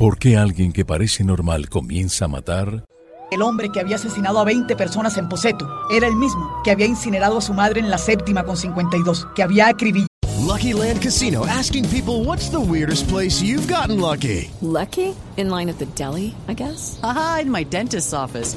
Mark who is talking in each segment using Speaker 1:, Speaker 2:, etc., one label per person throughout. Speaker 1: ¿Por qué alguien que parece normal comienza a matar?
Speaker 2: El hombre que había asesinado a 20 personas en Poseto era el mismo que había incinerado a su madre en la séptima con 52, que había acribillado.
Speaker 3: Lucky Land Casino asking people what's the weirdest place you've gotten lucky?
Speaker 4: Lucky? In line at the deli, I guess?
Speaker 5: Aha, in my dentist's office.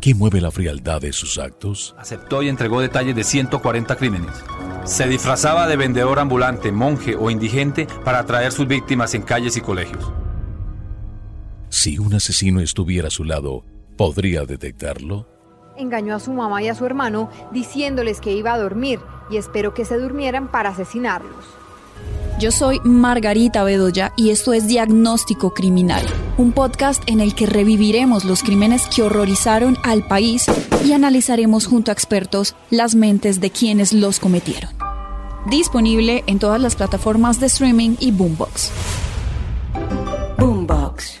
Speaker 1: ¿Qué mueve la frialdad de sus actos?
Speaker 6: Aceptó y entregó detalles de 140 crímenes. Se disfrazaba de vendedor ambulante, monje o indigente para atraer sus víctimas en calles y colegios.
Speaker 1: Si un asesino estuviera a su lado, ¿podría detectarlo?
Speaker 7: engañó a su mamá y a su hermano diciéndoles que iba a dormir y espero que se durmieran para asesinarlos.
Speaker 8: Yo soy Margarita Bedoya y esto es Diagnóstico Criminal, un podcast en el que reviviremos los crímenes que horrorizaron al país y analizaremos junto a expertos las mentes de quienes los cometieron. Disponible en todas las plataformas de streaming y Boombox.
Speaker 9: Boombox.